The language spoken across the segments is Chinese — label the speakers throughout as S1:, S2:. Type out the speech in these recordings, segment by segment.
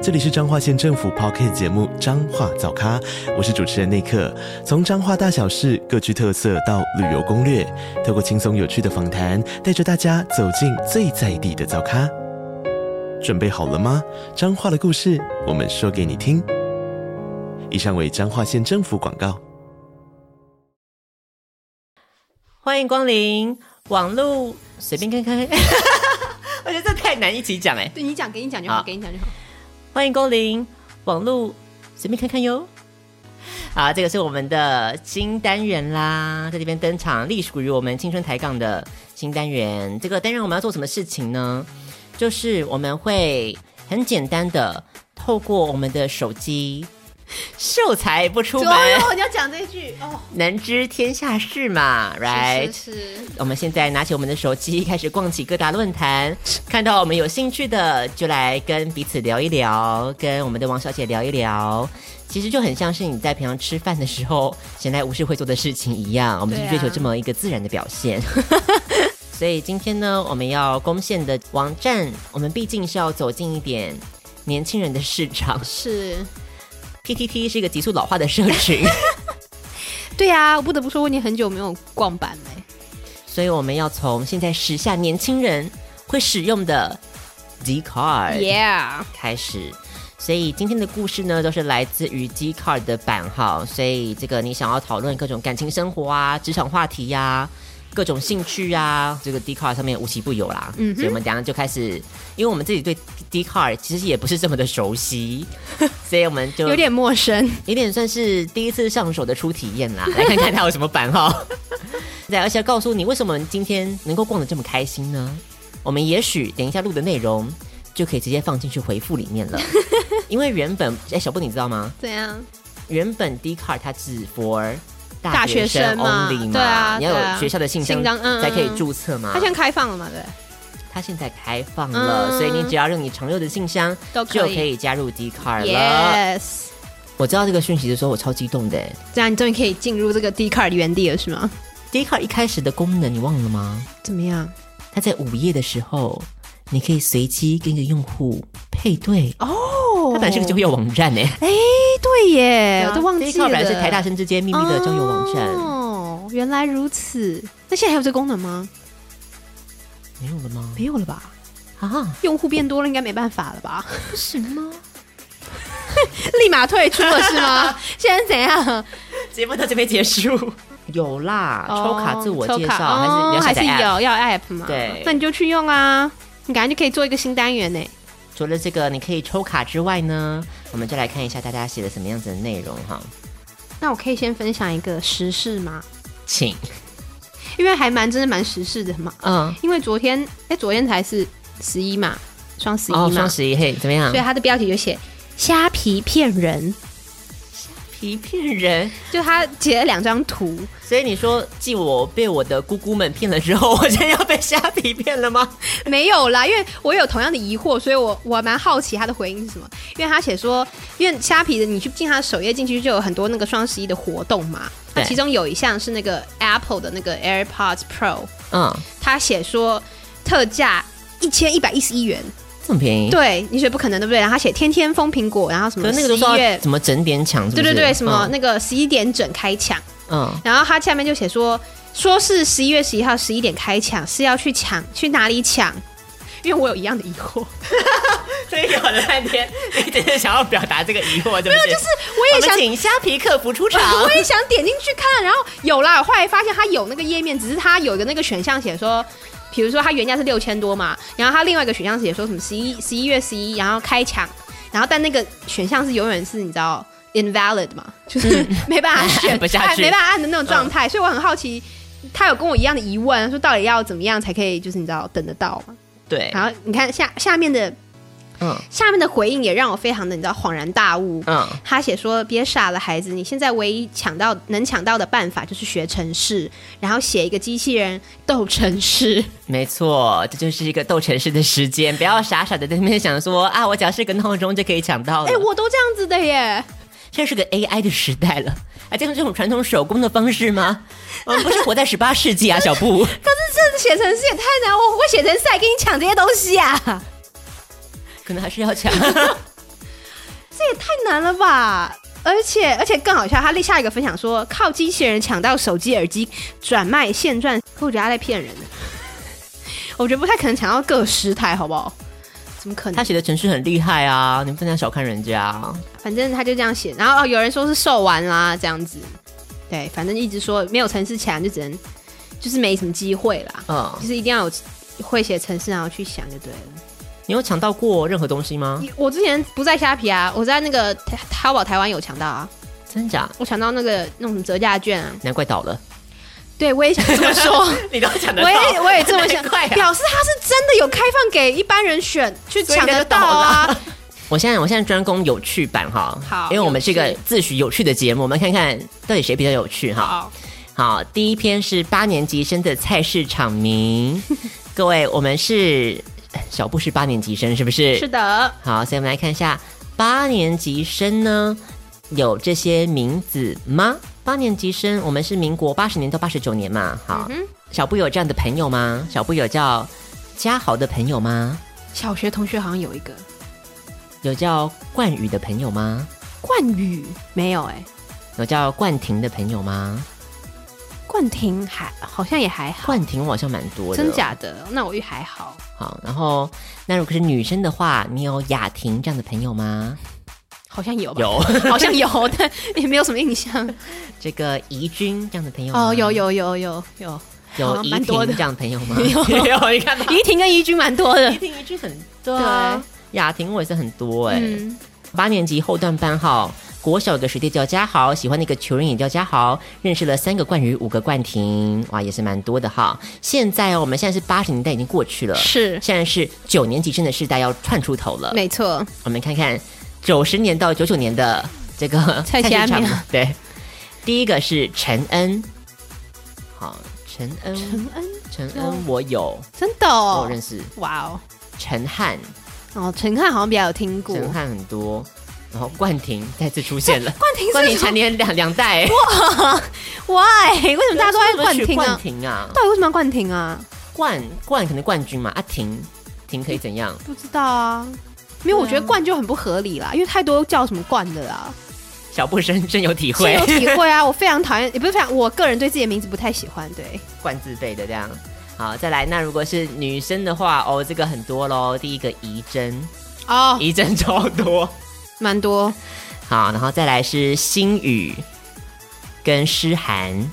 S1: 这里是彰化县政府 p o c k t 节目《彰化早咖》，我是主持人内克。从彰化大小事各具特色到旅游攻略，透过轻松有趣的访谈，带着大家走进最在地的早咖。准备好了吗？彰化的故事，我们说给你听。以上为彰化县政府广告。
S2: 欢迎光临网路，随便看看。 我觉得这太难一起讲哎。
S3: 对你讲，给你讲就
S2: 好
S3: 好，给你讲就好。
S2: 欢迎光临网路，随便看看哟。好，这个是我们的新单元啦，在这边登场，隶属于我们青春抬杠的新单元。这个单元我们要做什么事情呢？就是我们会很简单的透过我们的手机，秀才不出门，
S3: 哦，你要讲这一句 哦，
S2: 能知天下事嘛，right？
S3: 是是是，
S2: 我们现在拿起我们的手机，开始逛起各大论坛，看到我们有兴趣的，就来跟彼此聊一聊，跟我们的王小姐聊一聊。其实就很像是你在平常吃饭的时候闲来无事会做的事情一样，我们就是
S3: 对啊
S2: 追求这么一个自然的表现。所以今天呢，我们要攻陷的网站，我们毕竟是要走进一点年轻人的市场。
S3: 是
S2: PTT 是一个急速老化的社群，
S3: 对啊，我不得不说，我已经很久没有逛版了欸。
S2: 所以我们要从现在时下年轻人会使用的 d Card。
S3: Yeah，
S2: 开始。所以今天的故事呢，都是来自于 d c a r d 的版号。所以这个你想要讨论各种感情生活啊、职场话题呀、各种兴趣啊，这个 d c a r d 上面无奇不有啦。
S3: 嗯哼
S2: 所以我们等一下就开始，因为我们自己对 d c a r d 其实也不是这么的熟 悉，所以我们就
S3: 有点陌生。
S2: 有点算是第一次上手的初体验啦。 来看看它有什么版号。 对，而且要告诉你为什么今天能够逛得这么开心呢？我们也许等一下录的内容就可以直接放进去回复里面 了，因为原本哎、小布你知道吗？
S3: 怎样？
S2: 原本 d c a r 它是 for
S3: 大学
S2: 生
S3: 生嘛
S2: only 嘛，
S3: 对啊
S2: 你要
S3: 对啊
S2: 有学校的信箱
S3: 信箱嗯嗯
S2: 才可以注册嘛。
S3: 它现在开放了嘛？对，
S2: 它现在开放了，
S3: 嗯
S2: 所以你只要用你常用的信箱
S3: 都
S2: 就
S3: 可
S2: 可
S3: 以。
S2: 以加入 d c a r 了。
S3: Yes，
S2: 我知道这个讯息的时候，我超激动的。
S3: 这样你终于可以进入这个 D card 原地了，是吗？
S2: d c a r 一开始的功能你忘了吗？
S3: 怎么样？
S2: 它在午夜的时候，你可以随机跟一个用户配对。
S3: 哦，
S2: 它本来是个交友网站呢、
S3: 哎，对耶，哎我都忘
S2: 这一
S3: 记
S2: 套啊
S3: 了。
S2: 本来是台大生之间秘密的交友网站，
S3: 哦，原来如此。那现在还有这功能吗？
S2: 没有了吗？
S3: 没有了吧？
S2: 啊，
S3: 用户变多了，应该没办法了吧？
S2: 什么？
S3: 立马退出了是吗？现在怎样？
S2: 节目到这边结束。有啦，抽卡自我介
S3: 抽
S2: 绍、
S3: 卡哦
S2: 还
S3: 还
S2: 是
S3: 是
S2: 你要下载 app
S3: 有要 app 嘛？
S2: 对
S3: 那你就去用啊，你感觉就可以做一个新单元呢。
S2: 除了这个你可以抽卡之外呢，我们就来看一下大家写的什么样子的内容哈，
S3: 那我可以先分享一个时事吗？
S2: 请。
S3: 因为还蛮真的蛮时事的嘛。
S2: 嗯，
S3: 因为昨天，哎，昨天才是十一嘛，双十一
S2: 哦，
S3: 嘛，
S2: 双十一嘿，怎么样
S3: 所以？它的标题就写“虾皮骗人
S2: 皮骗人，”，
S3: 就他截了两张图，
S2: 所以你说继我被我的姑姑们骗了之后，我现在要被虾皮骗了吗？
S3: 没有啦，因为我有同样的疑惑，所以我我还蛮好奇他的回应是什么。因为他写说，因为虾皮的你去进他的首页进去就有很多那个双十一的活动嘛，那
S2: 对
S3: 其中有一项是那个 Apple 的那个 AirPods Pro，
S2: 嗯，
S3: 他写说特价。一千一百一十一元，
S2: 这么便宜？，
S3: 对你觉得不可能对不对？然后他写天天封苹果，然后什
S2: 可
S3: 么
S2: 是那
S3: 十
S2: 个都
S3: 一
S2: 是要
S3: 月，
S2: 怎么整点抢？是不
S3: 对
S2: 是
S3: 对对，什么、
S2: 嗯
S3: 那个十一点整开抢，
S2: 嗯，
S3: 然后他下面就写说，说是十一月十一号十一点开抢，是要去抢去哪里抢？因为我有一样的疑惑，
S2: 所以搞了半天，你只是想要表达这个疑惑，对不对？就是
S3: 我
S2: 我
S3: 也
S2: 们
S3: 想，
S2: 请虾皮客服 出场。
S3: 我也想点进去看，然后有啦，我后来发现它有那个页面，只是它有一个那个选项写说，比如说它原价是六千多嘛，然后它另外一个选项写说什么十一十一月十一，然后开抢，然后但那个选项是永远是你知道 invalid 嘛，就是 没办法
S2: 嗯
S3: 选，
S2: 按不下去
S3: 没办法按的那种状态，所以我很好奇。他有跟我一样的疑问，说到底要怎么样才可以，就是你知道等得到嘛？
S2: 对，
S3: 然后你看下下面的
S2: 嗯
S3: 下面的回应也让我非常的你知道恍然大悟。
S2: 嗯，
S3: 他写说：“别傻了，孩子，你现在唯一抢到能抢到的办法就是学程式，然后写一个机器人斗程式。
S2: 没错，这就是一个斗城市的时间，不要傻傻的在那边想说啊，我只要是个闹钟就可以抢到了。
S3: 哎、我都这样子的耶！
S2: 现在是个 AI 的时代了，还这样这种传统手工的方式吗？我们不是活在十八世纪啊，小布。
S3: 可是这写程式也太难，我我写程式还跟你抢这些东西啊，
S2: 可能还是要 抢。
S3: 这也太难了吧！而且而且更好笑，他立下一个分享说，靠机器人抢到手机耳机转卖现赚，可我觉得他在骗人呢。我觉得不太可能抢到个十台，好不好？怎么可能？
S2: 他写的程式很厉害啊，你不能小看人家。啊
S3: 反正他就这样写，然后哦，有人说是售完啦，这样子，对，反正一直说没有城市强就只能就是没什么机会啦，
S2: 嗯，
S3: 就是一定要有会写城市，然后去想就对了。
S2: 你有抢到过任何东西吗？
S3: 我之前不在虾皮啊，我在那个淘淘宝台湾有抢到啊，
S2: 真假？
S3: 我抢到那个那种什么折价券啊，
S2: 难怪倒了。
S3: 对我也想这么 说，
S2: 你都抢
S3: 我也我也这么 想，
S2: 快啊！
S3: 表示他是真的有开放给一般人选去
S2: 所以
S3: 抢
S2: 那
S3: 得
S2: 就
S3: 到
S2: 倒了
S3: 啊，
S2: 我现在我现在专攻有趣版哈，
S3: 好
S2: 因为我们是一个
S3: 有趣
S2: 自诩有趣的节目，我们看看到底谁比较有趣哈。
S3: 好，
S2: 好，第一篇是八年级生的菜市场 名。各位，我们是小布是八年级生，是不是？
S3: 是的，
S2: 好，所以我们来看一下八年级生呢有这些名字吗？八年级生，我们是民国八十年到八十九年嘛。
S3: 嗯
S2: 好，小布有这样的朋友吗？小布有叫嘉豪的朋友吗？
S3: 小学同学好像有一个
S2: 有叫冠宇的朋友吗？
S3: 冠宇没有哎、
S2: 有叫冠廷的朋友吗？
S3: 冠廷还好像也还好，
S2: 冠廷我好像蛮多的，
S3: 真？假的？那我遇还好，
S2: 好，然后那如果是女生的话，你有雅婷这样的朋友吗？
S3: 好像有吧？
S2: 有
S3: 好像有，但也没有什么印象。
S2: 这个怡君这样的朋友吗
S3: 哦，有有有有有，好
S2: 有
S3: 像
S2: 怡
S3: 蛮
S2: 婷
S3: 多的
S2: 这样的朋 友吗？
S3: 有
S2: 有，你看到
S3: 怡婷跟怡君蛮多的
S2: 怡。婷怡君很对啊，雅婷我也是很多哎、
S3: 嗯，
S2: 八年级后段班哈，国小有个学弟叫嘉豪，喜欢那个球员也叫嘉豪，认识了三个冠宇，五个冠廷，哇，也是蛮多的哈。现在哦，我们现在是八十年代已经过去了，
S3: 是
S2: 现在是九年级生的世代要窜出头了。
S3: 没错。
S2: 我们看看九十年到九九年的这个
S3: 蔡
S2: 市
S3: 佳
S2: 场
S3: 苗
S2: 吧 对，第一个是陈恩，好，陈恩，
S3: 陈恩
S2: 陈恩我有，
S3: 真的
S2: 我
S3: 哦
S2: 有，认识
S3: 哇哦，
S2: 陈汉，
S3: 哦，陈汉好像比较有听过。
S2: 陈汉很多，然后冠廷再次出现了，
S3: 冠廷
S2: 冠廷
S3: 是什
S2: 蝉联两两代，
S3: ，why？为什么大家 都爱
S2: 为什么
S3: 冠
S2: 取
S3: 廷
S2: 冠
S3: 啊？
S2: 廷啊，
S3: 到底为什么要冠廷啊？
S2: 冠冠可能冠军嘛，啊廷廷可以怎 样？
S3: 不知道啊，因为我觉得冠就很不合理啦，因为太多叫什么冠的啦。
S2: 小布深深有体
S3: 深
S2: 会
S3: 有，体会啊，我非常讨厌，也不是非常，我个人对自己的名字不太喜欢，对。
S2: 冠字辈的这样。好，再来，那如果是女生的话，哦，这个很多喽。第一个怡珍，
S3: 哦，
S2: 一阵超 多。
S3: 蛮多
S2: 好，然后再来是心雨跟诗涵，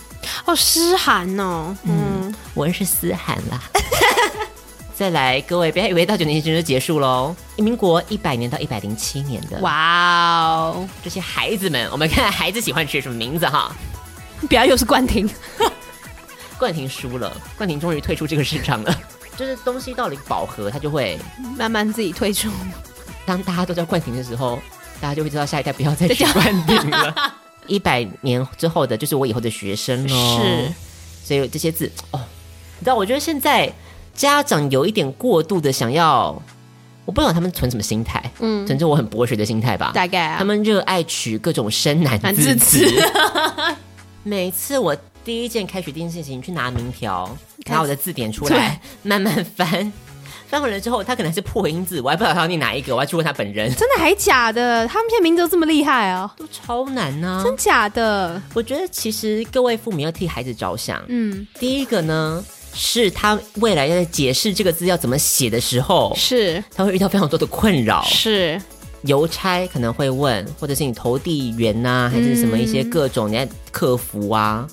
S3: 哦，诗涵哦，嗯，
S2: 我认识思涵啦。 再来，各位不要以为到九年级就结束喽。民国一百年到一百零七年的哇，
S3: 哇哦，
S2: 这些孩子们，我们看孩子喜欢取什么名字哈。
S3: 不要又是冠廷，
S2: 冠廷输了，冠廷终于退出这个市场了。 就是东西到了一个饱和，它就会
S3: 慢慢自己退出，
S2: 当大家都叫冠廷的时候，大家就会知道下一代不要 再取冠廷了。一百年之后的，就是我以后的学生喽。
S3: 是，
S2: 所以这些字哦，你知道，我觉得现在家长有一点过度的想要，我不懂他们存什么心态，嗯，存着我很博学的心态吧。
S3: 大概
S2: 他
S3: 啊，
S2: 们热爱取各种生难
S3: 难
S2: 字
S3: 字
S2: 词
S3: 词。
S2: 每次我第一件开学第一件事情去拿名条，
S3: 看
S2: 拿我的字典出来，慢慢翻，翻回来之后，他可能是破音字，我还不知道他要念哪一个，我要去问他本人，
S3: 真的还假的？他们现在名字都这么厉害哦，
S2: 都超难呢、
S3: 真假的？
S2: 我觉得其实各位父母要替孩子着想，
S3: 嗯，
S2: 第一个呢，是他未来要在解释这个字要怎么写的时候，
S3: 是
S2: 他会遇到非常多的困扰。
S3: 是，
S2: 邮差可能会问，或者是你投递员呐、还是什么一些各种你要客服啊，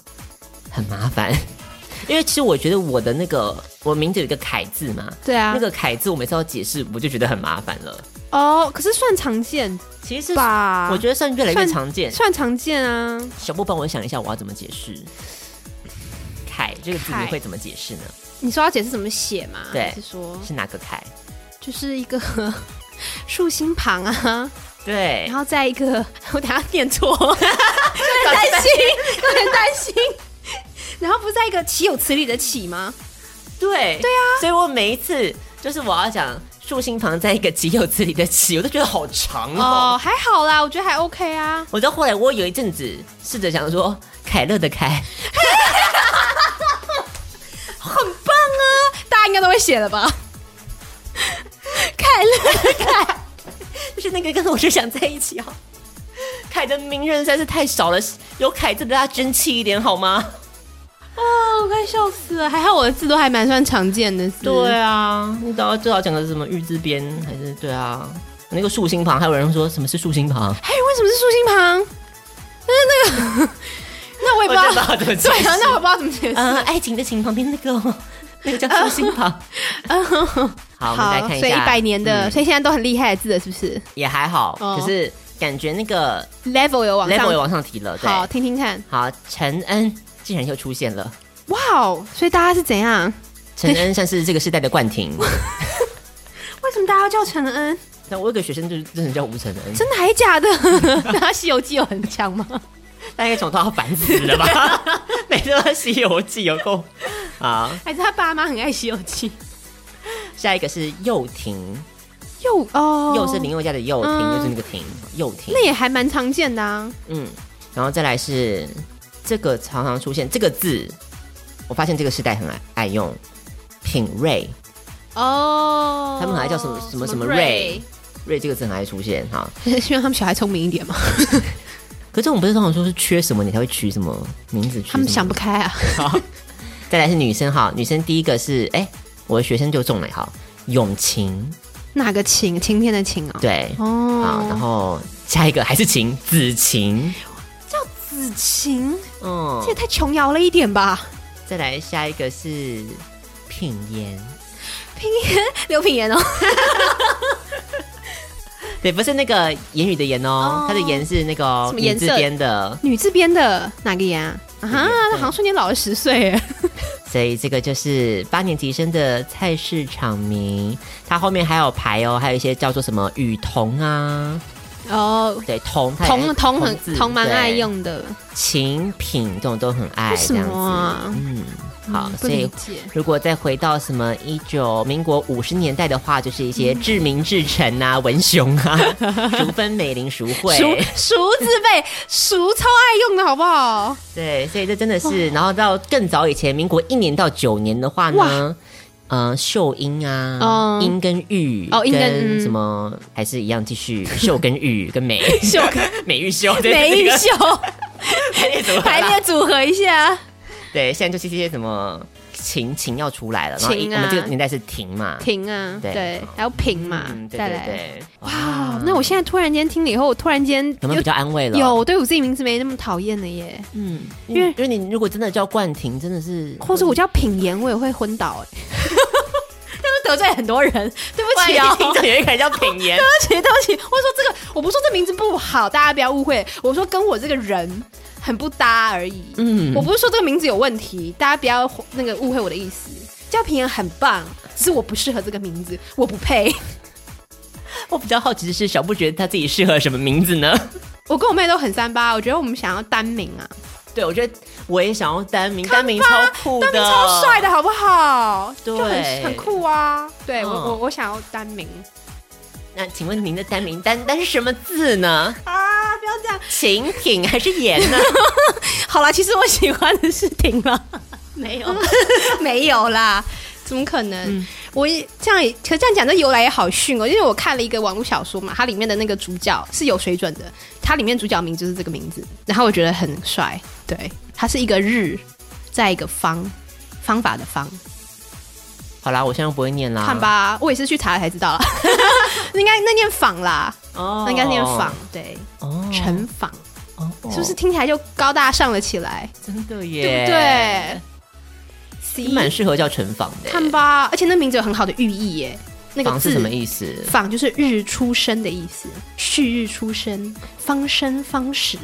S2: 很麻烦。 因为其实我觉得我的那个我名字有一个凯字嘛，
S3: 对啊
S2: 那，个凯字我每次要解释，我就觉得很麻烦了。
S3: 哦，可是算常见
S2: 其实
S3: 吧？
S2: 我觉得算越来越
S3: 算
S2: 常见。
S3: 算常见啊，
S2: 小布帮我想一下，我要怎么解释“凯”这个字，
S3: 凯
S2: 你会怎么解释呢？
S3: 你说要解释怎么写嘛？
S2: 对
S3: 还是说
S2: 是哪个凯？
S3: 就是一个 竖心旁啊，
S2: 对
S3: 然，后再一个， 我等下念错， 有点担心， 有点担心。然后不是在一个岂有此理的岂吗？
S2: 对，对啊，所以我每一次就是我要讲竖心旁在一个岂有此理的岂， 我都觉得好长
S3: 哦，
S2: 哦。
S3: 还好啦，我觉得还 OK 啊。
S2: 我到后来，我有一阵子试着想说凯乐的凯，
S3: 很棒啊！大家应该都会写了吧？凯乐凯，
S2: 就是那个跟我就想在一起哦。凯的名人实在是太少了，有凯字的大家争气一点好吗？
S3: 哦，我快笑死了！还好我的字都还蛮算常见的字。
S2: 对啊，你到最好讲的是什么玉字边还是对啊？那个竖心旁，还有人说什么是竖心旁？
S3: 还有为什么是竖心旁？但是那个， 那我也不知
S2: 我就
S3: 道
S2: 不知道怎么解释
S3: 对啊，那我也不知道怎么解释。
S2: 呃，爱情的情旁边那个、 哦，那个叫竖心 旁。好，我们来看一
S3: 哦所
S2: 下
S3: 以一百年的，
S2: 嗯
S3: 所以现在都很厉害的字了，是不是
S2: 也还好，
S3: 哦
S2: 可是感觉那个
S3: ？level 有往上
S2: level 也往上提了。对，
S3: 好，听听看。
S2: 好，陈恩竟然又出现了。
S3: 哇哦！所以大家是怎样？
S2: 陈 恩算是这个时代的冠廷。
S3: 为什么大家要叫陈恩？
S2: 那我有个学生就是真的叫吴承恩，
S3: 真的还假的？ 那他《西游记》有很强吗？
S2: 大概从头要烦死了吧？ 每次都在《西游记》有 够。好，
S3: 还是他爸妈很爱《西游记》？
S2: 下一个是幼婷，
S3: 又哦，
S2: 幼是林宥嘉的幼，婷
S3: 嗯
S2: 就是那个婷，幼婷
S3: 那。也还蛮常见的啊。
S2: 嗯，然后再来是这个常常出现这个字，我发现这个时代很爱爱用品锐。
S3: 哦
S2: 他们好像叫什么什么什么
S3: 瑞
S2: 瑞，瑞这个字很爱出现哈，
S3: 希望他们小孩聪明一 点嘛。
S2: 可这种不是通常说是缺什么你才会取什么名字？
S3: 他们想不。开啊。
S2: 再来是女生哈，女生第一个是哎、我的学生就中了哈，永晴
S3: 哪个情？晴天的晴啊。
S2: 对，好，然
S3: 哦，
S2: 后下一个还是晴，子晴，
S3: 叫子晴，
S2: 嗯
S3: 这也，太琼瑶了一点吧？
S2: 再来下一个是品言，
S3: 刘品言哦，
S2: 对，不是那个言语的言哦，
S3: 哦
S2: 它的言是那个哦
S3: 什么颜色
S2: 女字边的，
S3: 女字边的哪个言啊？啊哈，那好像瞬间老了十岁耶。
S2: 所以这个就是八年级生的菜市场名，它后面还有排哦，还有一些叫做什么雨桐啊，
S3: 哦，
S2: 对，桐，它也
S3: 童童很
S2: 字
S3: 童蛮
S2: 对
S3: 爱用的，
S2: 琴品这种都很爱
S3: 为什
S2: 这样
S3: 么
S2: 子。
S3: 啊？
S2: 嗯，好，
S3: 嗯不
S2: 所
S3: 理
S2: 以
S3: 解。
S2: 如果再回到什么一九民国五十年代的话，就是一些志明志成啊、文雄 啊、淑芬美玲、淑慧，
S3: 熟 熟字辈，熟超爱用的好不好？
S2: 对，所以这真的是，然后到更早以前，民国一年到九年的话呢
S3: 哇。
S2: 呃，秀英啊，
S3: 嗯
S2: 英跟玉
S3: 哦英跟嗯
S2: 什么还是一样，继续秀跟玉 跟 美
S3: 秀
S2: 跟美玉秀，对
S3: 美玉秀
S2: 排列组合啦
S3: 排列组合一下，
S2: 对，现在就是一些什么情情要出来了，然后一
S3: 情
S2: 我
S3: 啊
S2: 们这个年代是停嘛，
S3: 停啊，
S2: 对
S3: 对，还有品嘛
S2: 嗯，，对
S3: 再
S2: 对
S3: 来。
S2: 对，
S3: 哇，那我现在突然间听了以后，我突然间
S2: 有没有比较安慰了？
S3: 有有，我对我自己名字没那么讨厌了耶。
S2: 嗯，因
S3: 因为
S2: 为因为你如果真的叫冠廷，真的是，
S3: 或者我叫品言，我也会昏倒 哎。 但是得罪很多人，对不
S2: 万
S3: 起
S2: 一
S3: 哦，对
S2: 听
S3: 不
S2: 着有一个人叫品 言，
S3: 起，对不起。我说这个，我不是说这名字不好，大家不要误会，我说跟我这个人很不搭而已。
S2: 嗯
S3: 我不是说这个名字有问题，大家不要那个误会我的意思。叫平言很棒，只是我不适合这个名字，我不 配。
S2: 我比较好奇的是，小布觉得他自己适合什么名字 呢？
S3: 我跟我妹都很三八，我觉得我们想要单名啊，
S2: 对，我觉得我也想要单名，单名超酷的，
S3: 单名超帅的好不好？
S2: 对
S3: 就很很酷啊。对、
S2: 嗯
S3: 我我我想要单名
S2: 那请问您的单名单单是什么字 呢？
S3: 啊，不要这样。
S2: 秦品还是言 呢？
S3: 好啦，其实我喜欢的是婷了，没有 没有啦。怎么可能？我也这样也，可这样讲，这由来也好逊哦。因为我看了一个网络小说嘛，它里面的那个主角是有水准的，它里面主角名就是这个名字，然后我觉得很帅。对，它是一个日，再一个方，方法的方。
S2: 好啦，我现在不会念啦，
S3: 看，吧，我也是去查了才知道啦， 应该那念仿啦，
S2: 哦
S3: 那应该念仿，对，
S2: 哦
S3: 陈仿，
S2: 哦哦
S3: 是不是听起来就高大上了起来？
S2: 真的
S3: 对
S2: 耶？
S3: 不对？C
S2: 蛮适合叫陈坊的耶。
S3: 看吧，而且那名字有很好的寓意耶。那个
S2: 坊
S3: 字
S2: 是什么意思？
S3: 坊就是日出生的意思，旭日出生，方生方啊始。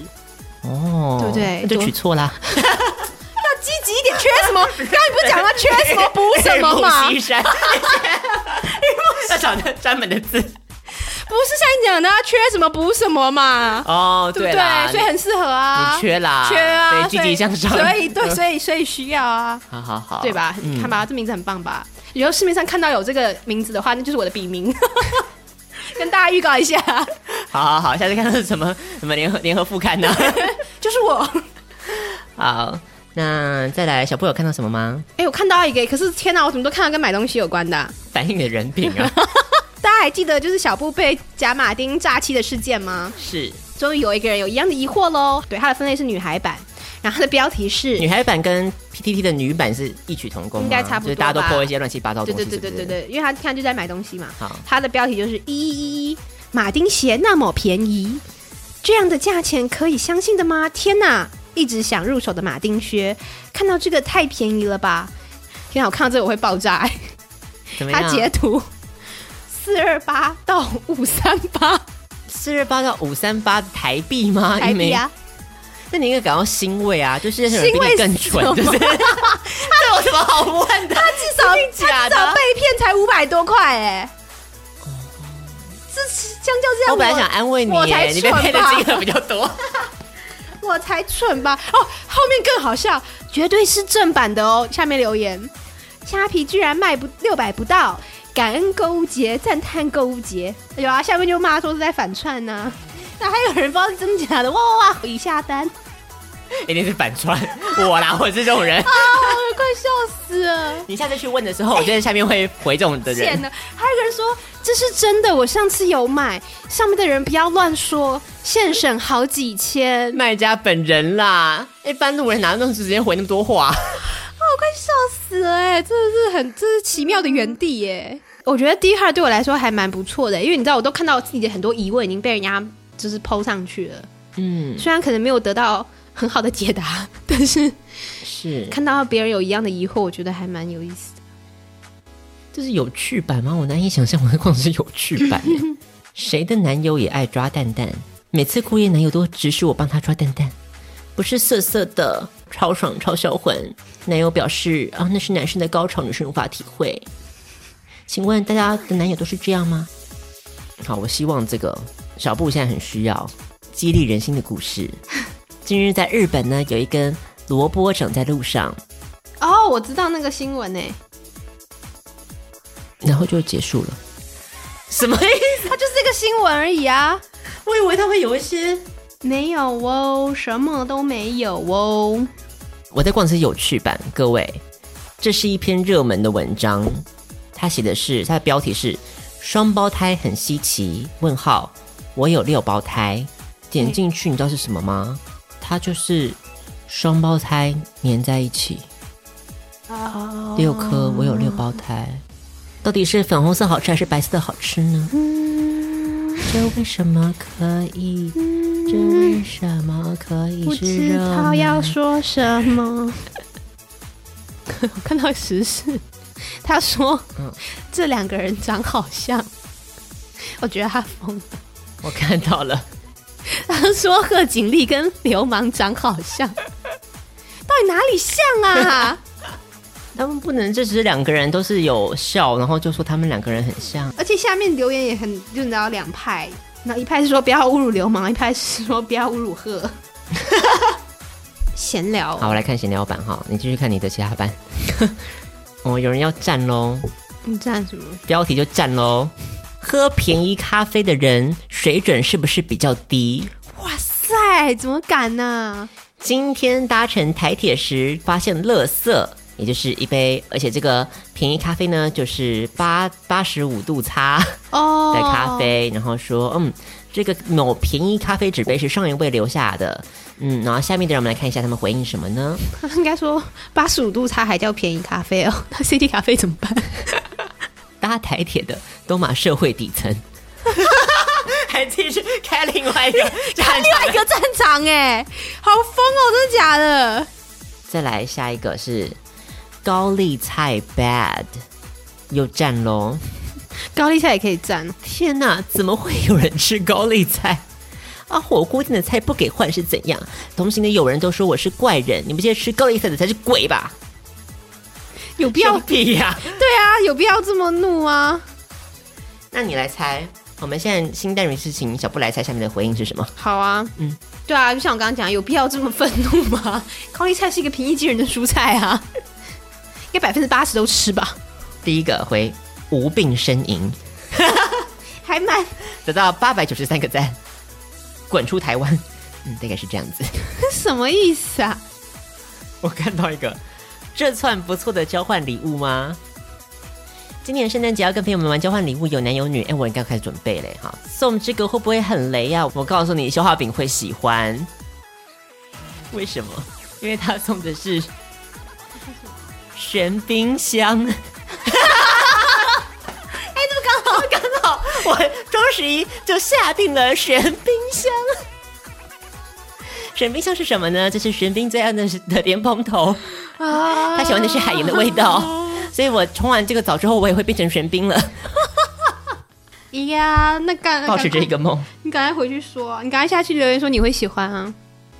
S2: 哦，
S3: 对不对
S2: 那就取错啦。
S3: 要积极一点，缺 什么？刚才你不是讲了缺什么补什么
S2: 日
S3: 嘛
S2: 暮？西山，要找那专门的字。
S3: 不是像你讲的啊缺什么补什么嘛，
S2: 哦，
S3: 对不
S2: 啦，
S3: 对？所以很适合啊，
S2: 你缺啦，
S3: 缺啊，
S2: 对，积极向上，
S3: 所以所以对，所以所以需要啊，
S2: 好好好，
S3: 对吧？
S2: 嗯
S3: 看吧，这名字很棒吧？以后市面上看到有这个名字的话，那就是我的笔名， 跟大家预告一下，
S2: 好好好，下次看到是什么什么联合联合副刊呢？
S3: 就是我。
S2: 好，那再来，小布有看到什么吗？
S3: 哎，我看到一个，可是天哪，我怎么都看到跟买东西有关的啊、
S2: 反映你的人品 啊，
S3: 大家还记得就是小布被贾马丁诈欺的事件吗？
S2: 是
S3: 终于有一个人有一样的疑惑喽。对，它的分类是女孩版，然后它的标题是
S2: 女孩版跟 PTT 的女版是异曲同工吗，
S3: 应该差不多
S2: 就是大家都
S3: 吧
S2: po 一些乱七八糟的
S3: 对
S2: 哦东
S3: 对
S2: 西，
S3: 对对对对，因为他看就在买东西嘛。
S2: 好
S3: 他的标题就是一一一一，马丁鞋那么便宜，这样的价钱可以相信的吗？天哪！一直想入手的马丁靴，看到这个太便宜了吧！天哪，我看到这个我会爆炸、欸！
S2: 怎么
S3: 他截
S2: 样？
S3: 图四二八到五三八
S2: 四十八到五三八台币吗？
S3: 台币啊，
S2: 那你应该感到欣慰啊，就是世界上
S3: 欣
S2: 有比
S3: 慰
S2: 你更蠢，
S3: 什么
S2: 就是 这有什么好问的？
S3: 他至少
S2: 一定假的
S3: 他至少被骗才五百多块哎、欸，这是相较之下，
S2: 我本来想安慰你
S3: 我才
S2: 耶，你被
S3: 蠢
S2: 骗的
S3: 吧
S2: 金额比较多。
S3: 我才蠢吧！哦，后面更好笑，绝对是正版的哦。下面留言，虾皮居然卖不六百不到，感恩购物节，赞叹购物节。哎呦啊，下面就骂说是在反串呐、 那还有人不知道是真假的，哇哇哇！已下单，啊、
S2: 一定是反串我啦，我是这种 人。
S3: 我快笑死了。
S2: 你下次去问的时候，我就在下面会回这种的
S3: 天
S2: 人。
S3: 呐，还有一个人说这是真的，我上次有买，上面的人不要乱说，现省好几千，
S2: 卖家本人啦，一般路人哪那么时间回那么多话？
S3: 我快笑死了哎、真的是很，这是奇妙的原地耶、我觉得 D h a r 对我来说还蛮不错的、因为你知道，我都看到我自己的很多疑问已经被人家就是抛上去了，
S2: 嗯，
S3: 虽然可能没有得到很好的解答， 但是
S2: 是，
S3: 看到别人有一样的疑惑，我觉得还蛮有意思的。
S2: 这是有趣版吗？我难以想象我在逛的是有趣版耶。谁的男友也爱抓蛋蛋？每次哭夜男友都指使我帮他抓蛋蛋，不是色色的，超爽超销魂。男友表示啊，那是男生的高潮，女生无法体会。请问大家的男友都是这样吗？好，我希望这个小布现在很需要激励人心的故事。近日在日本呢，有一根萝卜长在路上，
S3: 哦，我知道那个新闻呢、欸
S2: 然后就结束了。什么意思？
S3: 它就是一个新闻而已啊，
S2: 我以为他会有一些。
S3: 没有哦，什么都没有哦。
S2: 我在逛的是有趣版，各位，这是一篇热门的文章，它写的是它的标题是“双胞胎很稀奇”？问号，我有六胞胎。点进去，你知道是什么吗？它就是双胞胎粘在一起，
S3: 哦
S2: 六颗，我有六胞胎。到底是粉红色好吃还是白色的好吃呢？这为什么可以？这为什么可以
S3: 不
S2: 是
S3: 知
S2: 热
S3: 道
S2: 门
S3: 要说什么。我 看到时事，他说、
S2: 嗯
S3: 这两个人长好像，我觉得他疯了。
S2: 我看到了。
S3: 他说贺锦丽跟流氓长好像，到底哪里像啊？
S2: 他们不能，这只是两个人都是有笑，然后就说他们两个人很像。
S3: 而且下面留言也很，就你知道两派，那一派是说不要侮辱流氓，一派是说不要侮辱贺。 闲聊，
S2: 好，我来看闲聊版哈，你继续看你的其他版。 哦，有人要站喽，
S3: 你站什么？
S2: 标题就站喽。喝便宜咖啡的人水准是不是比较低？
S3: 哇塞，怎么敢呢、
S2: 今天搭乘台铁时发现垃圾，也就是一杯，而且这个便宜咖啡呢，就是八八十五度差。
S3: 哦，
S2: 的咖啡，然后说，嗯，这个某便宜咖啡纸杯是上一位留下的，嗯，然后下面的人我们来看一下他们回应什么呢？
S3: 他应该说八十五度差还叫便宜咖啡哦， 那 CD 咖啡怎么办？
S2: 搭台铁的都马社会底层， 还继续开另外一个战
S3: 另外一
S2: 场。
S3: 个战场
S2: 欸
S3: 哎、 好疯哦，真的假的？
S2: 再来下一个是高丽菜 bad，又占喽！
S3: 高丽菜也可以站，哦
S2: 天哪，怎么会有人吃高丽菜？啊，火锅店的菜不给换是怎样？同行的友人都说我是怪人，你们这些吃高丽菜的才是鬼吧？
S3: 有必
S2: 要
S3: 要？
S2: 屁呀、
S3: 对啊，有必要这么怒吗？
S2: 那你来猜，我们现在新单元是请小布来猜下面的回应是什么？
S3: 好啊，
S2: 嗯
S3: 嗯，对啊，就像我刚刚讲，有必要这么愤怒吗？ 高丽菜是一个平易近人的蔬菜啊， 应该百分之八十都吃吧，
S2: 第一个回无病呻吟，
S3: 还蛮
S2: 得到八百九十三个赞，滚出台湾。嗯，大概是这样子。
S3: 这什么意思啊？
S2: 我看到一个，这算不错的交换礼物吗？今年圣诞节要跟朋友们玩交换礼物，有男有女。哎，我应该开始准备嘞哈。送这个会不会很雷啊？我告诉你，消化饼会喜欢。为什么？因为他送的 是玄冰箱。哎，这么刚好，刚好， 我双十一就下定了玄冰箱。玄冰箱是什么呢？就是玄冰最爱的是的莲蓬头。
S3: 啊，
S2: 他喜欢的是海盐的味道，所以我冲完这个澡之后，我也会变成玄冰了，
S3: 呀，那赶
S2: 保持这个，梦。
S3: 你赶快回去说啊，你赶快下去留言说你会喜欢啊，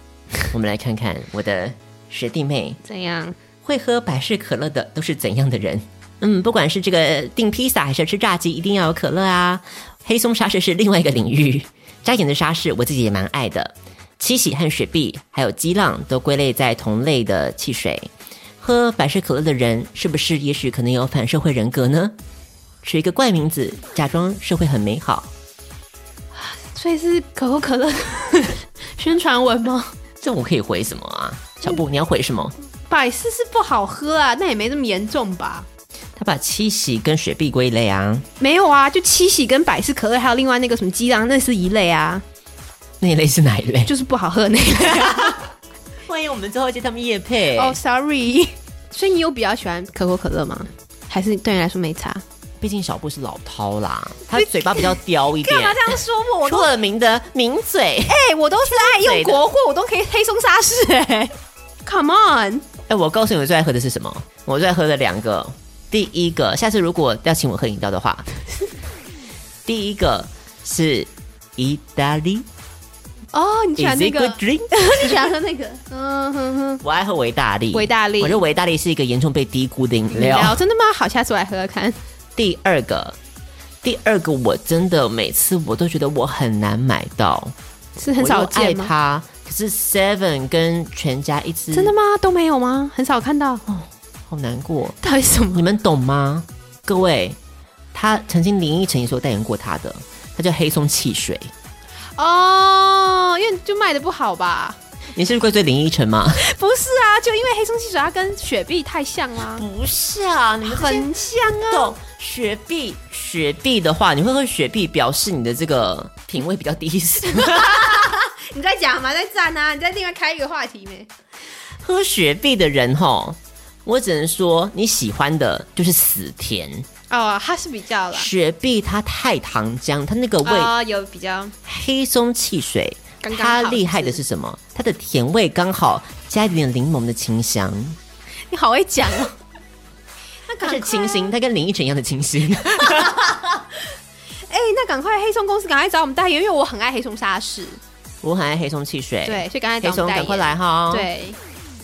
S2: 我们来看看我的学弟妹
S3: 怎样？
S2: 会喝百事可乐的都是怎样的人？嗯，不管是这个订披萨还是吃炸鸡，一定要有可乐啊。黑松沙士是另外一个领域，加盐的沙士我自己也蛮爱的。七喜和雪碧还有激浪都归类在同类的汽水。喝百事可乐的人是不是也许可能有反社会人格呢？取一个怪名字，假装社会很美好，
S3: 所以是可口可乐 宣传文吗？
S2: 这我可以回什么啊？小布，你要回什么？
S3: 百事是不好喝啊，那也没这么严重吧？
S2: 他把七喜跟雪碧归类啊，
S3: 没有啊，就七喜跟百事可乐，还有另外那个什么鸡浪，那是一类啊，
S2: 那一类是哪一类？
S3: 就是不好喝的那一 类啊、
S2: 万一我们最后接他们夜配
S3: 哦、s o r r y 所以你有比较喜欢可口可乐吗？还是对你来说没差？
S2: 毕竟小布是老饕 啦，他嘴巴比较刁一点，
S3: 样说我
S2: 出了名的名嘴。
S3: 哎、我都是爱用国货，我都可以黑松沙士哎、Come on，
S2: 哎，我告诉你，我最爱喝的是什么？我最爱喝的两个，第一个，下次如果要请我喝饮料的话， 第一个是意大利
S3: 哦、你喜欢
S2: ，Is
S3: 那
S2: it
S3: 个
S2: good，drink？
S3: 你喜欢喝那个，嗯哼哼，
S2: 我爱喝维大利，
S3: 维大利嗯
S2: 我觉得维大利是一个严重被低估的饮料。
S3: 聊真的吗？好，下次我来喝喝看。
S2: 第二个，第二个我真的每次我都觉得我很难买到，
S3: 是很少
S2: 我又爱
S3: 见吗？
S2: 它。可是 Seven 跟全家一直
S3: 真的吗？都没有吗？很少看到，嗯哦、
S2: 好难过，
S3: 到底什么？
S2: 你们懂吗？各位，他曾经林依晨也说代言过他的，他叫黑松汽水。
S3: 哦、因为就卖的不好吧？
S2: 你是怪罪林依晨吗？
S3: 不是啊，就因为黑松汽水它跟雪碧太像啦、
S2: 不是啊，你们
S3: 嗯很像啊。
S2: 懂 雪碧，雪碧的话，你会喝雪碧，表示你的这个品味比较低 俗。
S3: 你在讲嘛，在赞啊，你在另外开一个话题没？
S2: 喝雪碧的人吼，我只能说你喜欢的就是死甜。
S3: 哦，它是比较啦，
S2: 雪碧它太糖浆，它那个味、
S3: 啊、有比较
S2: 黑松汽水，
S3: 刚刚
S2: 它
S3: 好
S2: 厉害的是什么？它的甜味刚好加一点柠檬的清香，
S3: 你好会讲哦。 那
S2: 它
S3: 赶
S2: 是
S3: 快啊
S2: 清新，它跟林依晨一样的清 新。
S3: 哎、那赶快黑松公司赶快找我们代言，因为我很爱黑松沙士，
S2: 我很爱黑松汽水，，
S3: 对，所以赶快找哦
S2: 黑松
S3: 我们代言。
S2: 赶快来哈！，
S3: 对，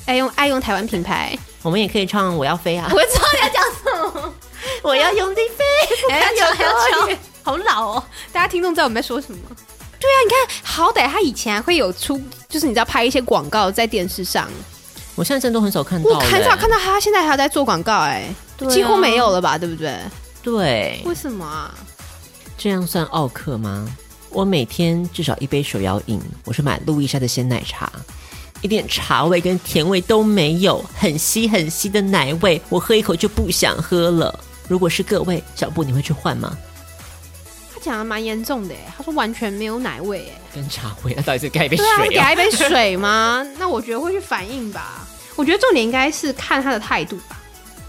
S3: 爱用爱用台湾品牌。
S2: 我们也可以唱《我要飞》啊
S3: 我，知道你要讲什么，
S2: 我要用力飞。
S3: 还哎要
S2: 有
S3: 讲还要
S2: 道理
S3: 讲，好老哦！大家听众知道我们在说什么？对啊，你看，好歹他以前还会有出，就是你知道拍一些广告在电视上，
S2: 我现在真的都很少看到、
S3: 我
S2: 欸，
S3: 很少看到他现在还有在做广告、哎、
S2: 啊
S3: 几乎没有了吧？对不对？
S2: 对，
S3: 为什么啊？
S2: 这样算奥克吗？我每天至少一杯手摇饮，我是买路易莎的鲜奶茶，一点茶味跟甜味都没有，很稀很稀的奶味，我喝一口就不想喝了。如果是各位小布，你会去换吗？
S3: 他讲的蛮严重的、哎，他说完全没有奶味、哎。
S2: 跟茶味，那到底是该一杯
S3: 对啊，会
S2: 水
S3: 给
S2: 啊？
S3: 他一杯水吗？ 那我觉得会去反应吧。我觉得重点应该是看他的态度吧，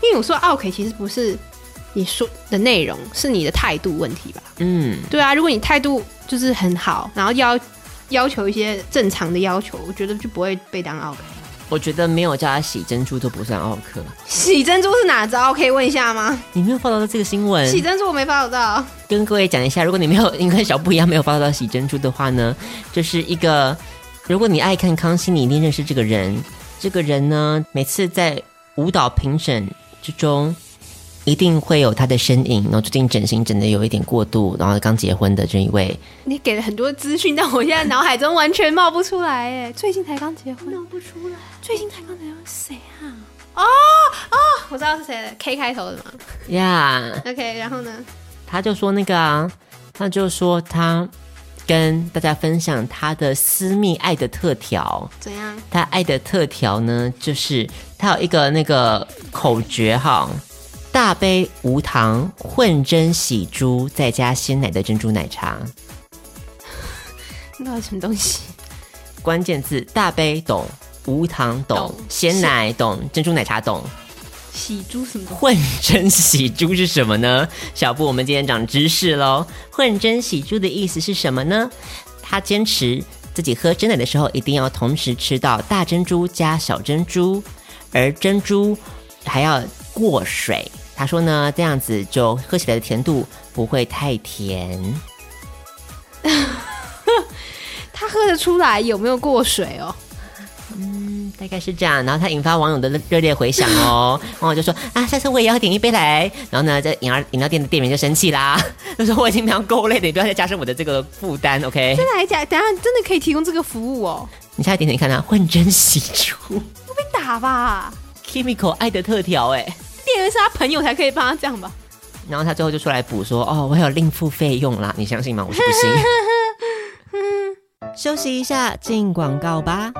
S3: 因为有时候 OK 其实不是你说的内容，是你的态度问题吧。
S2: 嗯，
S3: 对啊，如果你态度就是很好，然后要要求一些正常的要求，我觉得就不会被当 OK。
S2: 我觉得没有叫他洗珍珠都不算奥克。
S3: 洗珍珠是哪招？可以问一下吗？
S2: 你没有报道到这个新闻，
S3: 洗珍珠我没 follow 到。
S2: 跟各位讲一下，如果你没有因为小布一样没有发到洗珍珠的话呢，就是一个，如果你爱看康熙，你一定认识这个人。这个人呢，每次在舞蹈评审之中，一定会有他的身影。然后最近整形整的有一点过度，然后刚结婚的这一位，
S3: 你给了很多资讯，但我现在脑海中完全冒不出来。哎，最近才刚结婚，冒不出来。最近才刚结婚，谁啊？哦哦， 我知道是谁了，K 开头的嘛。
S2: 呀、
S3: OK，然后呢？
S2: 他就说那个啊，他就说他跟大家分享他的私密爱的特调。
S3: 怎样？
S2: 他爱的特调呢，就是他有一个那个口诀哈，大杯无糖混蒸喜珠，再加鲜奶的珍珠奶茶。
S3: 那到底什么东西？
S2: 关键字大杯懂，无糖懂
S3: 懂，
S2: 鲜奶懂，珍珠奶茶懂。
S3: 喜猪什么东西？
S2: 混蒸喜珠是什么呢？小布，我们今天长知识喽。混蒸喜珠的意思是什么呢？他坚持自己喝真奶的时候，一定要同时吃到大珍珠加小珍珠，而珍珠还要过水。他说呢，这样子就喝起来的甜度不会太甜。
S3: 他喝得出来有没有过水哦？
S2: 大概是这样，然后他引发网友的热热烈回响哦， 网友就说啊，下次我也要点一杯来。然后呢，这饮料饮料店的店员就生气啦， 就说我已经非常够累了，你不要再加深我的这个负担，OK？
S3: 真的还假？等一下真的可以提供这个服务哦？
S2: 你下来点点看啊，混蒸喜出
S3: 会被打吧？
S2: Kimiko 爱的特调哎。
S3: 店员是他朋友才可以帮他这样吧？
S2: 然后他最后就出来补说：“哦，我还有另付费用啦，你相信吗？我是不信。” 休息一下，进广告吧。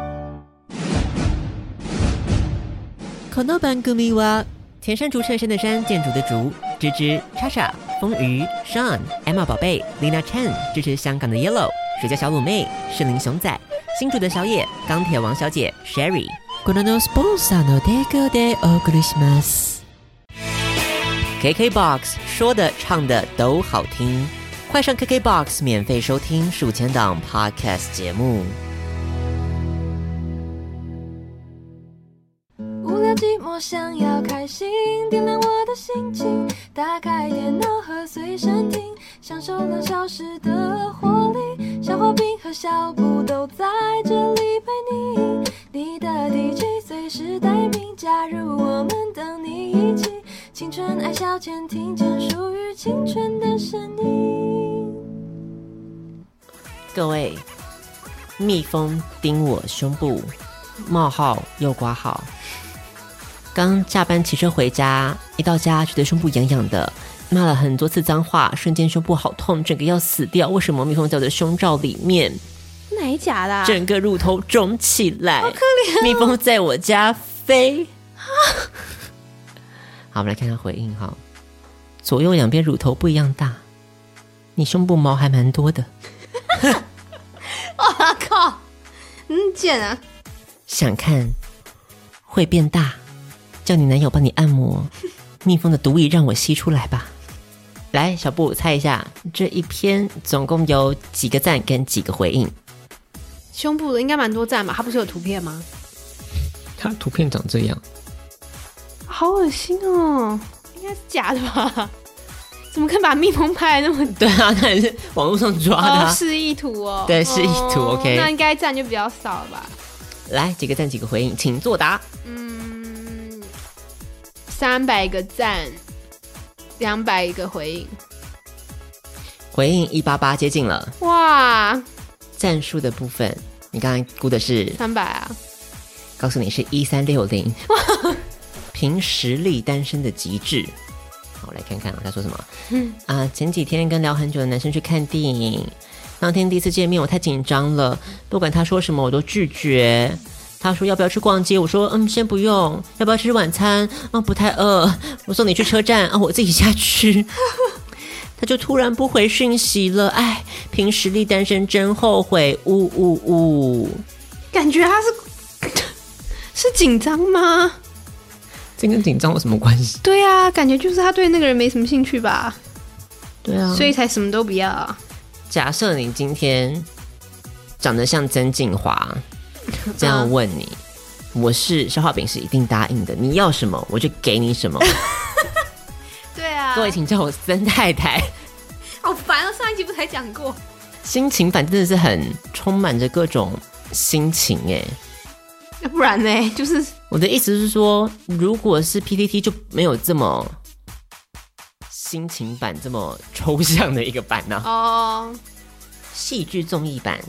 S2: この番組は田山竹衬衫的山，建筑的竹，芝芝、叉叉、风鱼、Sean、Emma 宝贝、Lina Chen 支持香港的 Yellow、水饺小卤妹、士林熊仔、新竹的小野、钢铁王小姐 Sherry。このスポンサーの提供でお送りします。KKBOX 说的唱的都好听，快上 KKBOX 免费收听数千档 Podcast 节目。
S4: 无聊寂寞，想要开心，点亮我的心情，打开电脑和随身听，享受两小时的活力。小花瓶和小布都在这里陪你，你的 DJ 随时待命，加入我们，等你一起。青春爱消遣，听见属于青春的声音。
S2: 各位，蜜蜂叮我胸部，冒号又挂号。刚下班骑车回家，一到家觉得胸部痒痒的，骂了很多次脏话，瞬间胸部好痛，整个要死掉。为什么蜜蜂在我的胸罩里面？
S3: 哪假的、啊？
S2: 整个乳头肿起来，好可怜、哦蜜蜂在我家飞。 好，我们来看看回应哈。左右两边乳头不一样大，你胸部毛还蛮多的。
S3: 我 靠！嗯，贱啊！
S2: 想看会变大，叫你男友帮你按摩。蜜蜂的毒液让我吸出来吧。来，小布猜一下这一篇总共有几个赞跟几个回应？
S3: 胸部的应该蛮多赞吧？他不是有图片吗？
S5: 它图片长这样，
S3: 好恶心哦！应该是假的吧？怎么可以把蜜蜂拍得那么
S2: 对啊，那也是网络上抓的、啊
S3: 哦，示意图哦？
S2: 对示意图
S3: 哦
S2: OK
S3: 那应该赞就比较少了吧？
S2: 来，几个赞，几个回应，请作答。
S3: 嗯，三百个赞，两百个回应，
S2: 回应一八八接近了，
S3: 哇，
S2: 战术的部分，你刚才估的是，
S3: 三百啊！
S2: 告诉你是一三六零， 凭实力单身的极致。好，我来看看啊，他说什么？嗯啊、前几天跟聊很久的男生去看电影，当天第一次见面，我太紧张了，不管他说什么我都拒绝。他说要不要去逛街？我说嗯，先不用。要不要吃晚餐？啊，不太饿。我送你去车站啊，我自己下去。 他就突然不回讯息了，哎，凭实力单身真后悔，呜呜呜。
S3: 感觉他是 是紧张吗？
S5: 这跟紧张有什么关系？
S3: 对啊，感觉就是他对那个人没什么兴趣吧，
S2: 对啊，
S3: 所以才什么都不要啊。
S2: 假设你今天长得像曾静华，这样问你，我是消化饼是一定答应的，你要什么我就给你什么。
S3: 对啊
S2: 各位请叫我曾太太。
S3: 好烦哦！上一集不才讲过，
S2: 心情反正真的是很充满着各种心情哎。
S3: 不然呢？就是
S2: 我的意思是说，如果是 PPT 就没有这么心情版这么抽象的一个版呢、
S3: 哦，
S2: 戏剧综艺版，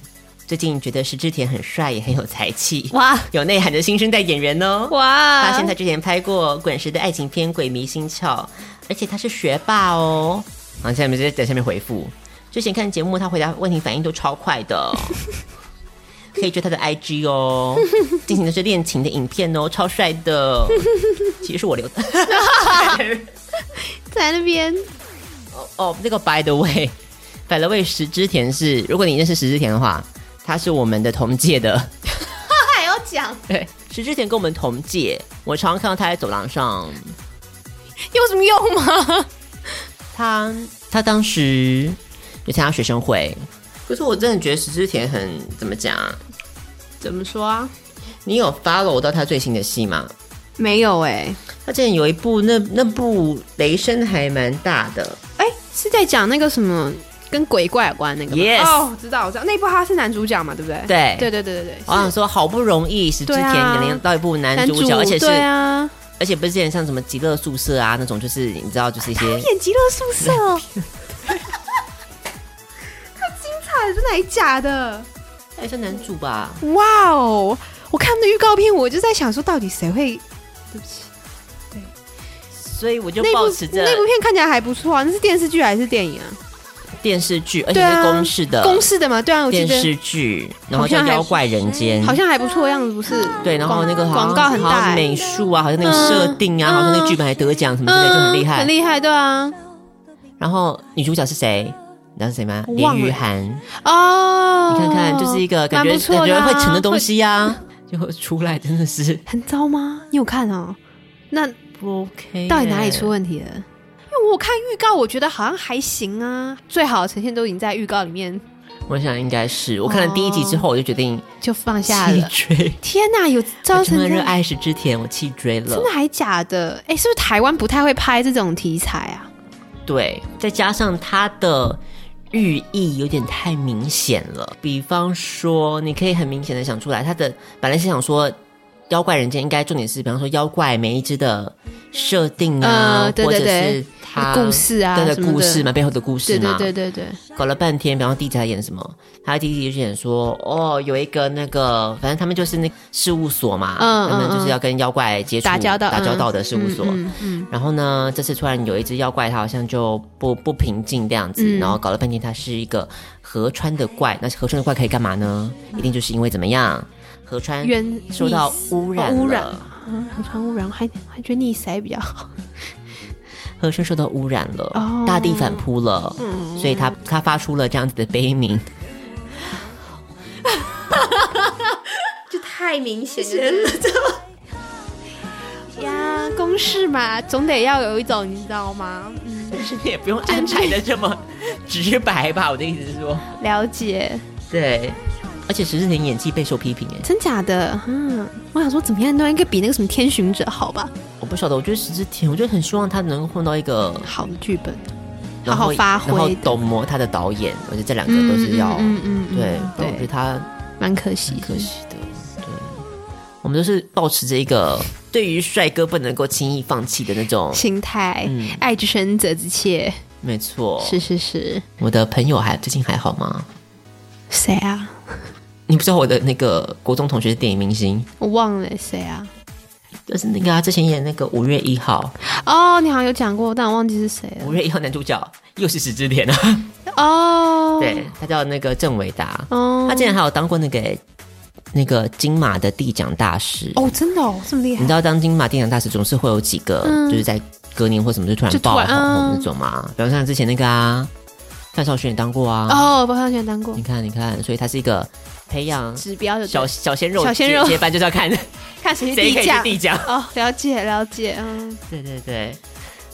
S2: 最近觉得石之田很帅，也很有才气，
S3: 哇
S2: 有内涵的新生代演员哦。
S3: 哇，
S2: 发现他之前拍过《滚石》的爱情片《鬼迷心窍》，而且他是学霸哦。好，下面直接在下面回复。之前看节目，他回答问题反应都超快的，哦 可以追他的 IG 哦。进行的是恋情的影片哦，超帅的。其实是我留的。
S3: 在那边
S2: 哦，这个 by the way，by the way，石之田是，如果你认识石之田的话，他是我们的同届的。
S3: 还要讲，
S2: 对，石之田跟我们同届，我常常看到他在走廊上。
S3: 有什么用吗？
S2: 他他当时有参加学生会，可是我真的觉得石之田很怎么讲啊？
S3: 怎么说啊？
S2: 你有 follow 到他最新的戏吗？
S3: 没有哎、
S2: 他之前有一部那那部雷声还蛮大的，
S3: 哎、是在讲那个什么跟鬼怪有关那个吗
S2: Yes
S3: 哦，知道我知道，那一部他是男主角嘛，对不对？
S2: 对
S3: 对对对对
S2: 我想
S3: 对，
S2: 说好不容易石之田
S3: 对啊
S2: 演了到一部男
S3: 男
S2: 主角，而且是、
S3: 对啊，
S2: 而且不是之前像什么极乐宿舍啊那种，就是你知道就是一些
S3: 演极乐宿舍， 太精彩了，真的还假的？
S2: 还是哎男主吧？
S3: 哇哦！我看那预告片，我就在想说，到底谁会？对不起，
S2: 所以我就
S3: 那
S2: 保
S3: 部
S2: 持着
S3: 那部片看起来还不错啊，那是电视剧还是电影啊？
S2: 电视剧，而且
S3: 对
S2: 是
S3: 啊，
S2: 公式的、
S3: 公式的嘛，对啊，我记
S2: 呃电
S3: 得
S2: 视剧，然后
S3: 好像
S2: 叫《
S3: 还
S2: 妖怪人间》，
S3: 好像还不错的样子，不是？
S2: 对，然后那个好像
S3: 广告很大
S2: 好像
S3: 欸
S2: 美术啊，好像那个设定啊，
S3: 嗯
S2: 好像那个剧本还得奖什么之类，就很厉害。
S3: 很厉害，对啊。
S2: 然后女主角是谁？你知道是谁吗？
S3: 我
S2: 连
S3: 忘了
S2: 玉涵，
S3: 哦，
S2: 你看看，就是一个感觉
S3: 蛮不错
S2: 感
S3: 的
S2: 觉
S3: 啊
S2: 会成的东西呀，就会出来真的是
S3: 很糟吗？你有看哦？那
S2: 不 OK，
S3: 到底哪里出？问题了？因为我看预告，我觉得好像还行啊，最好的呈现都已经在预告里面
S2: 我想应该是我看了第一集之后，我就决定
S3: 就放
S2: 弃
S3: 下了。
S2: 追。
S3: 天哪，有
S2: 我
S3: 造
S2: 成了
S3: 成这
S2: 哎热
S3: 样，
S2: 爱是之田，我弃追了
S3: 真。的还假的？哎，是不是台湾不太会拍这种题材啊？
S2: 对，再加上它的寓意有点太明显了。比方说，你可以很明显的想出来，它的本来是想说妖怪人间应该重点是，比方说妖怪每一只的设定啊，
S3: 呃对对
S2: 或者
S3: 对
S2: 是它
S3: 故事啊
S2: 对
S3: 什
S2: 对，
S3: 么的
S2: 故事嘛，背后的故事
S3: 对
S2: 嘛，
S3: 对对对对，
S2: 搞了半天，比方说第一集还演什么？他第一集就演说，哦，有一个那个，反正他们就是那事务所嘛，
S3: 嗯
S2: 他们
S3: 嗯
S2: 就是要跟妖怪接触、
S3: 打交道，
S2: 打交道的
S3: 嗯
S2: 事务所。
S3: 嗯嗯
S2: 然后呢，这次突然有一只妖怪，它好像就不不平静这样子，
S3: 嗯
S2: 然后搞了半天，它是一个河川的怪。那河川的怪可以干嘛呢？一定就是因为怎么样，河川
S3: 嗯原
S2: 受到污染了、
S3: 哦污染嗯河川污染，还还觉得溺死还比较好。
S2: 河川受到污染了，
S3: 哦嗯
S2: 大地反扑了，所以它它发出了这样子的悲鸣。
S3: 就太明显了，就 呀，公式嘛，总得要有一种，你知道吗？嗯，
S2: 但是你也不用安排的这么直白吧？我的意思是说，
S3: 了解，
S2: 对。而且石之田演技备受批评哎，
S3: 真假的，嗯，我想说怎么样都应该比那个什么《天巡者》好吧？
S2: 我不晓得，我觉得石之田，我就很希望他能混到一个
S3: 好的剧本，好
S2: 然后
S3: 好发挥
S2: 然后
S3: 的
S2: 董摩他的导演，我觉得这两个都是要、
S3: 嗯嗯嗯
S2: 对
S3: 嗯，
S2: 但我觉得
S3: 对，
S2: 他
S3: 蛮可惜的，
S2: 可惜的，对，我们都是保持着一个对于帅哥不能够轻易放弃的那种，
S3: 心态，
S2: 嗯
S3: 爱之深责之切，
S2: 没错。
S3: 是是是，
S2: 我的朋友还最近还好吗？
S3: 谁啊？
S2: 你不知道我的那个国中同学是电影明星，
S3: 我忘了谁啊？
S2: 就是那个啊他之前演那个五月一号，
S3: 哦，你好像有讲过，但我忘记是谁了。
S2: 五月一号男主角又是石之田啊，
S3: 哦，
S2: 对，他叫那个郑伟达，
S3: 哦，
S2: 他之前还有当过那个那个金马的地奖大师
S3: 哦，真的哦，这么厉害
S2: 你知。道当金马电影大使总是会有几个，
S3: 嗯
S2: 就是在隔年或什么就突然
S3: 就突
S2: 爆红
S3: 然嗯
S2: 那种嘛，比方像之前那个啊，范少勋也当过啊。
S3: 哦，包括选当过
S2: 你看，你看，所以他是一个培养
S3: 指标的
S2: 小小鲜肉
S3: 小鲜肉
S2: 接接班，就是要看
S3: 看谁是
S2: 谁可以
S3: 地
S2: 是
S3: 价
S2: 地奖。
S3: 哦，了解了解，嗯，
S2: 对对对，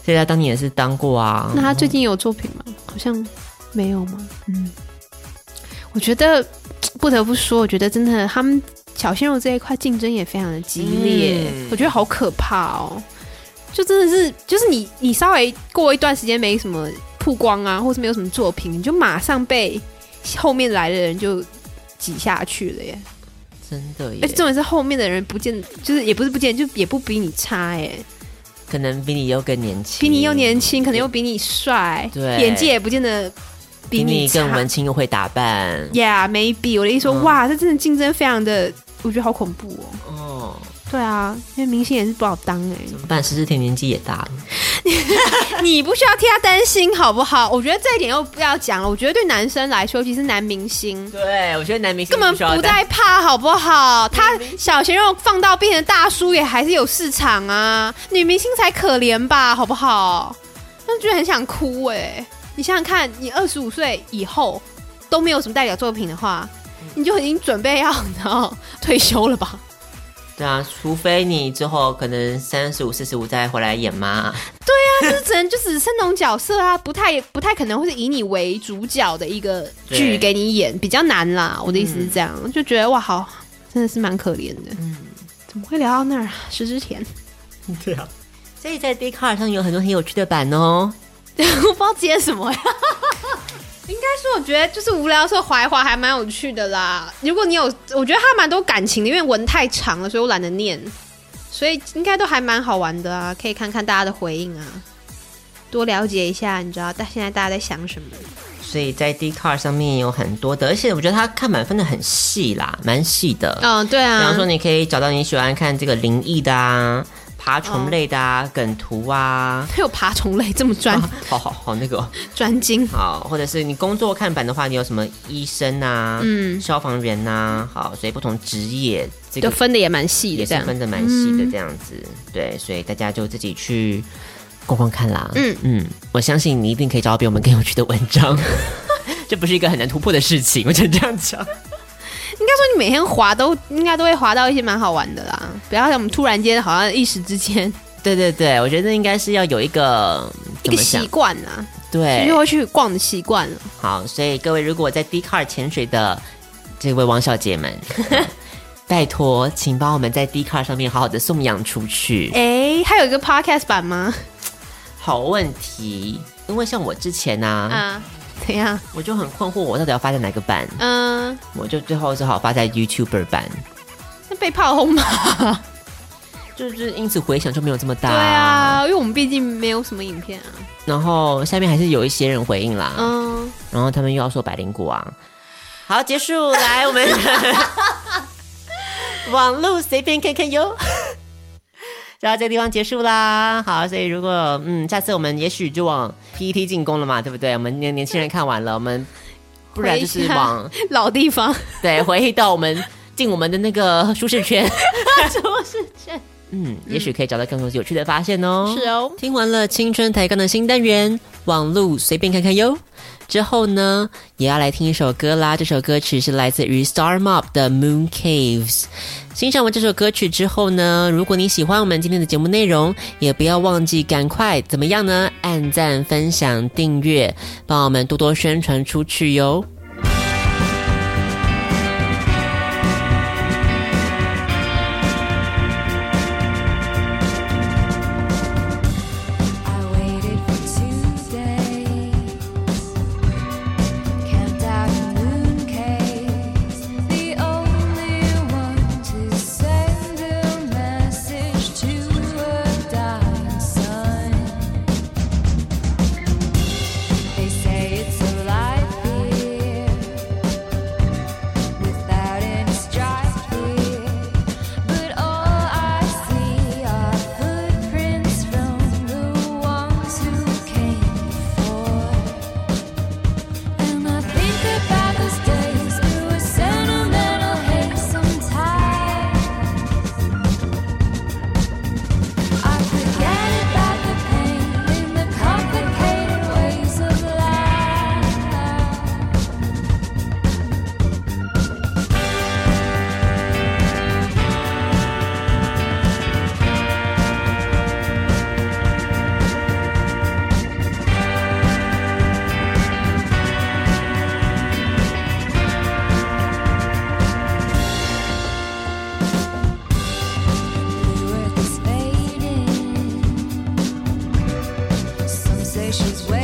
S2: 所以他当年也是当过啊。
S3: 那他最近有作品吗？好像没有吗？嗯，我觉得不得不说，我觉得真的他们小鲜肉这一块竞争也非常的激烈，
S2: 嗯
S3: 我觉得好可怕哦。就真的是，就是你你稍微过一段时间没什么曝光啊，或是没有什么作品，你就马上被后面来的人就挤下去了耶。
S2: 真的
S3: 而
S2: 耶
S3: 哎且，重点是后面的人不见，就是也不是不见，就也不比你差耶。
S2: 可能比你又更年轻，
S3: 比你又年轻，可能又比你帅，
S2: 对
S3: 演技也不见得
S2: 比
S3: 比
S2: 你
S3: 差
S2: 更文青又会打扮。
S3: Yeah，maybe。我的意思说，
S2: 嗯
S3: 哇，这真的竞争非常的，我觉得好恐怖哦。
S2: 哦，
S3: 对啊，因为明星也是不好当哎、
S2: 怎么办？石之田年纪也大了，
S3: 你不需要替他担心好不好？我觉得这一点又不要讲了。我觉得对男生来说，尤其是男明星。
S2: 对我觉得男明星
S3: 根本
S2: 需要
S3: 不
S2: 担
S3: 带怕，好不 好？他小鲜肉放到变成大叔也还是有市场啊，女明星才可怜吧，好不好？但觉得很想哭哎、你想想看，你二十五岁以后都没有什么代表作品的话，
S2: 嗯
S3: 你就已经准备要然后退休了吧？
S2: 对啊，除非你之后可能三十五、四十五再回来演嘛。
S3: 这只能就只是那种角色啊，不太不太可能会是以你为主角的一个
S2: 对
S3: 剧
S2: 嗯
S3: 给你演，比较难啦。我的意思是这样，就觉得哇，好，真的是蛮可怜的。嗯，怎么会聊到那儿啊？石之田，
S2: 对啊，所以在 d c a r 上有很多很有趣的版哦。
S3: 我不知道接什么呀。应该说，我觉得就是无聊的时候划一划还蛮有趣的啦。如果你有，我觉得它蛮多感情的，因为文太长了，所以我懒得念，所以应该都还蛮好玩的啊，可以看看大家的回应啊，多了解一下，你知道，但现在大家在想什么？
S2: 所以在 d c a r 上面有很多的，而且我觉得它看板分的很细啦，蛮细的。
S3: 嗯，对
S2: 比
S3: 啊，
S2: 方说，你可以找到你喜欢看这个灵异的啊、爬虫类的
S3: 嗯
S2: 啊、梗图啊，
S3: 还有爬虫类这么专
S2: 啊 好好好那个哦
S3: 专精，
S2: 好，或者是你工作看板的话，你有什么医生啊、
S3: 嗯
S2: 消防员呐、好，所以不同职业这
S3: 就
S2: 个
S3: 分的也蛮细的
S2: 也是
S3: 这样。
S2: 分的蛮细的这样子，对，所以大家就自己去逛逛看啦。
S3: 嗯
S2: 嗯，我相信你一定可以找到比我们更有趣的文章。 这不是一个很难突破的事情，我只能这样讲。
S3: 应该说你每天滑都应该都会滑到一些蛮好玩的啦，不要像我们突然间好像一时之间
S2: 对对对，我觉得应该是要有一个
S3: 一
S2: 怎
S3: 个
S2: 么
S3: 习
S2: 讲？
S3: 惯啊啦，
S2: 对
S3: 就，会去逛的习惯了。
S2: 好，所以各位如果在 d c a r 潜水的这位王小姐 们，拜托，请帮我们在 d c a r 上面好好的送养出去。
S3: 哎，还有一个 podcast 版吗？
S2: 好问题，因为像我之前呢、啊，
S3: 啊，怎样？
S2: 我就很困惑，我到底要发在哪个版？
S3: 嗯，
S2: 我就最后只好发在 YouTuber 版，
S3: 那被炮 轰吗？
S2: 啊就是因此回响就没有这么大。
S3: 对，啊，因为我们毕竟没有什么影片啊。
S2: 然后下面还是有一些人回应啦，
S3: 嗯，
S2: 然后他们又要说百灵果啊。好，结束，来 我们网路随便看看哟。就到这个地方结束啦。好，所以如果嗯，下次我们也许就往 PET 进攻了嘛，对不对？我们年年轻人看完了，我们不然就是往
S3: 老地 方，
S2: 对，回忆到我们进我们的那个舒适圈，
S3: 什么事情？
S2: 嗯，也许可以找到更多有趣的发现哦。
S3: 是哦，
S2: 听完了青春抬杠的新单元，网路随便看看哟。之后呢，也要来听一首歌啦。这首歌曲是来自于 Star Mob 的《Moon Caves》。欣赏完这首歌曲之后呢，如果你喜欢我们今天的节目内容，也不要忘记赶快怎么样呢？按赞、分享、订阅，帮我们多多宣传出去哟。
S4: I waited for two days, camped out in moon caves, the only one to send a message to a dying sun. They say it's a life here, without any strife here. But all I see are footprints from the ones who came before. And I think about those days through a sentimental haze sometimes. I forget about the pain in the complicated ways of life. She's way